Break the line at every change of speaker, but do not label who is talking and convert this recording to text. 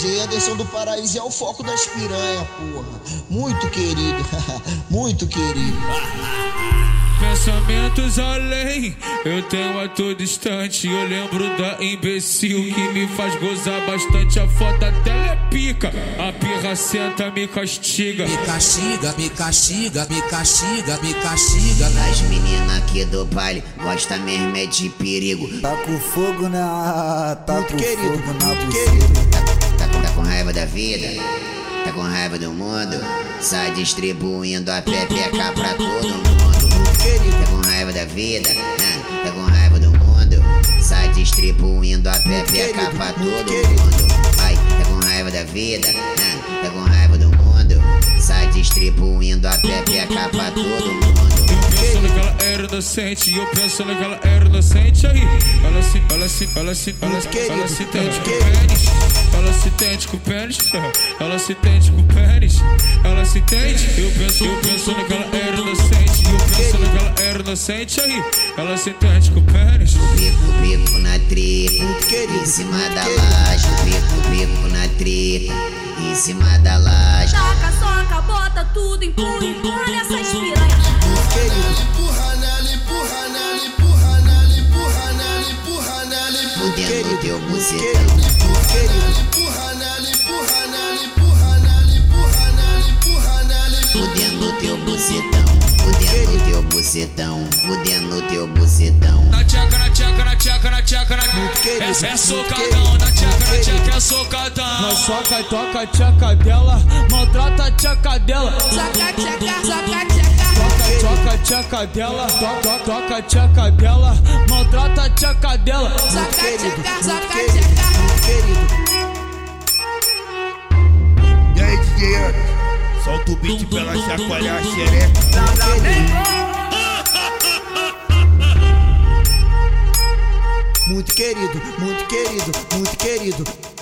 DJ Anderson do Paraíso é o foco das piranha, porra. Muito querido, muito querido.
Pensamentos além, eu tenho a todo instante. Eu lembro da imbecil que me faz gozar bastante. A foda dela é pica, a pirra senta, me castiga.
Me castiga, me castiga, me castiga, me castiga.
As meninas aqui do baile gostam mesmo é de perigo.
Tá com fogo na. Tá
Muito
com
querido,
fogo na
muito
buceta.
Tá, tá- tá com raiva da vida? Tá com raiva do mundo? Sai distribuindo a pepeca pra todo mundo. Tá com raiva da vida? né? Tá com raiva do mundo? Sai distribuindo a pepeca pra todo mundo. Vai, tá com raiva da vida? né? Tá com raiva do mundo? Sai distribuindo a pepeca pra todo mundo.
Eu pensando que ela era inocente, eu pensando que ela era inocente. Aí assim, ela se, ela se, ela se, ela se, ela se assim, tente com o pênis. Ela se tente com o pênis. Ela se tente com o pênis. Ela se tente. Eu penso, eu pensando que ela era inocente, eu pensando que ela era inocente. Aí ela se tente com o pênis.
Bico, bico na tripa, em cima da laje. Bico, bico na tripa, em cima da laje.
Taca, soca, bota tudo, empurra, empurra nessas piranha.
Fudendo teu bucetão. Fudendo teu bucetão. Fudendo teu bucetão. Fudendo teu bucetão.
Na tchaca, na tchaca, na tchaca, na tchaca, na
querido,
tchaca. É, é
muito
socadão,
querido,
na tchaca, na
muito
tchaca, é socadão.
Nós soca e toca a tchaca dela, maltrata a tchaca dela.
Soca, tchaca, soca, tchaca.
Toca, toca a tchaca dela, toca, toca a tchaca dela, maltrata a tchaca dela.
Soca, tchaca, soca, tchaca.
E aí, DJ Anderson, solta o beat pra ela chacoalhar a xereca.
Muito querido, muito querido, muito querido.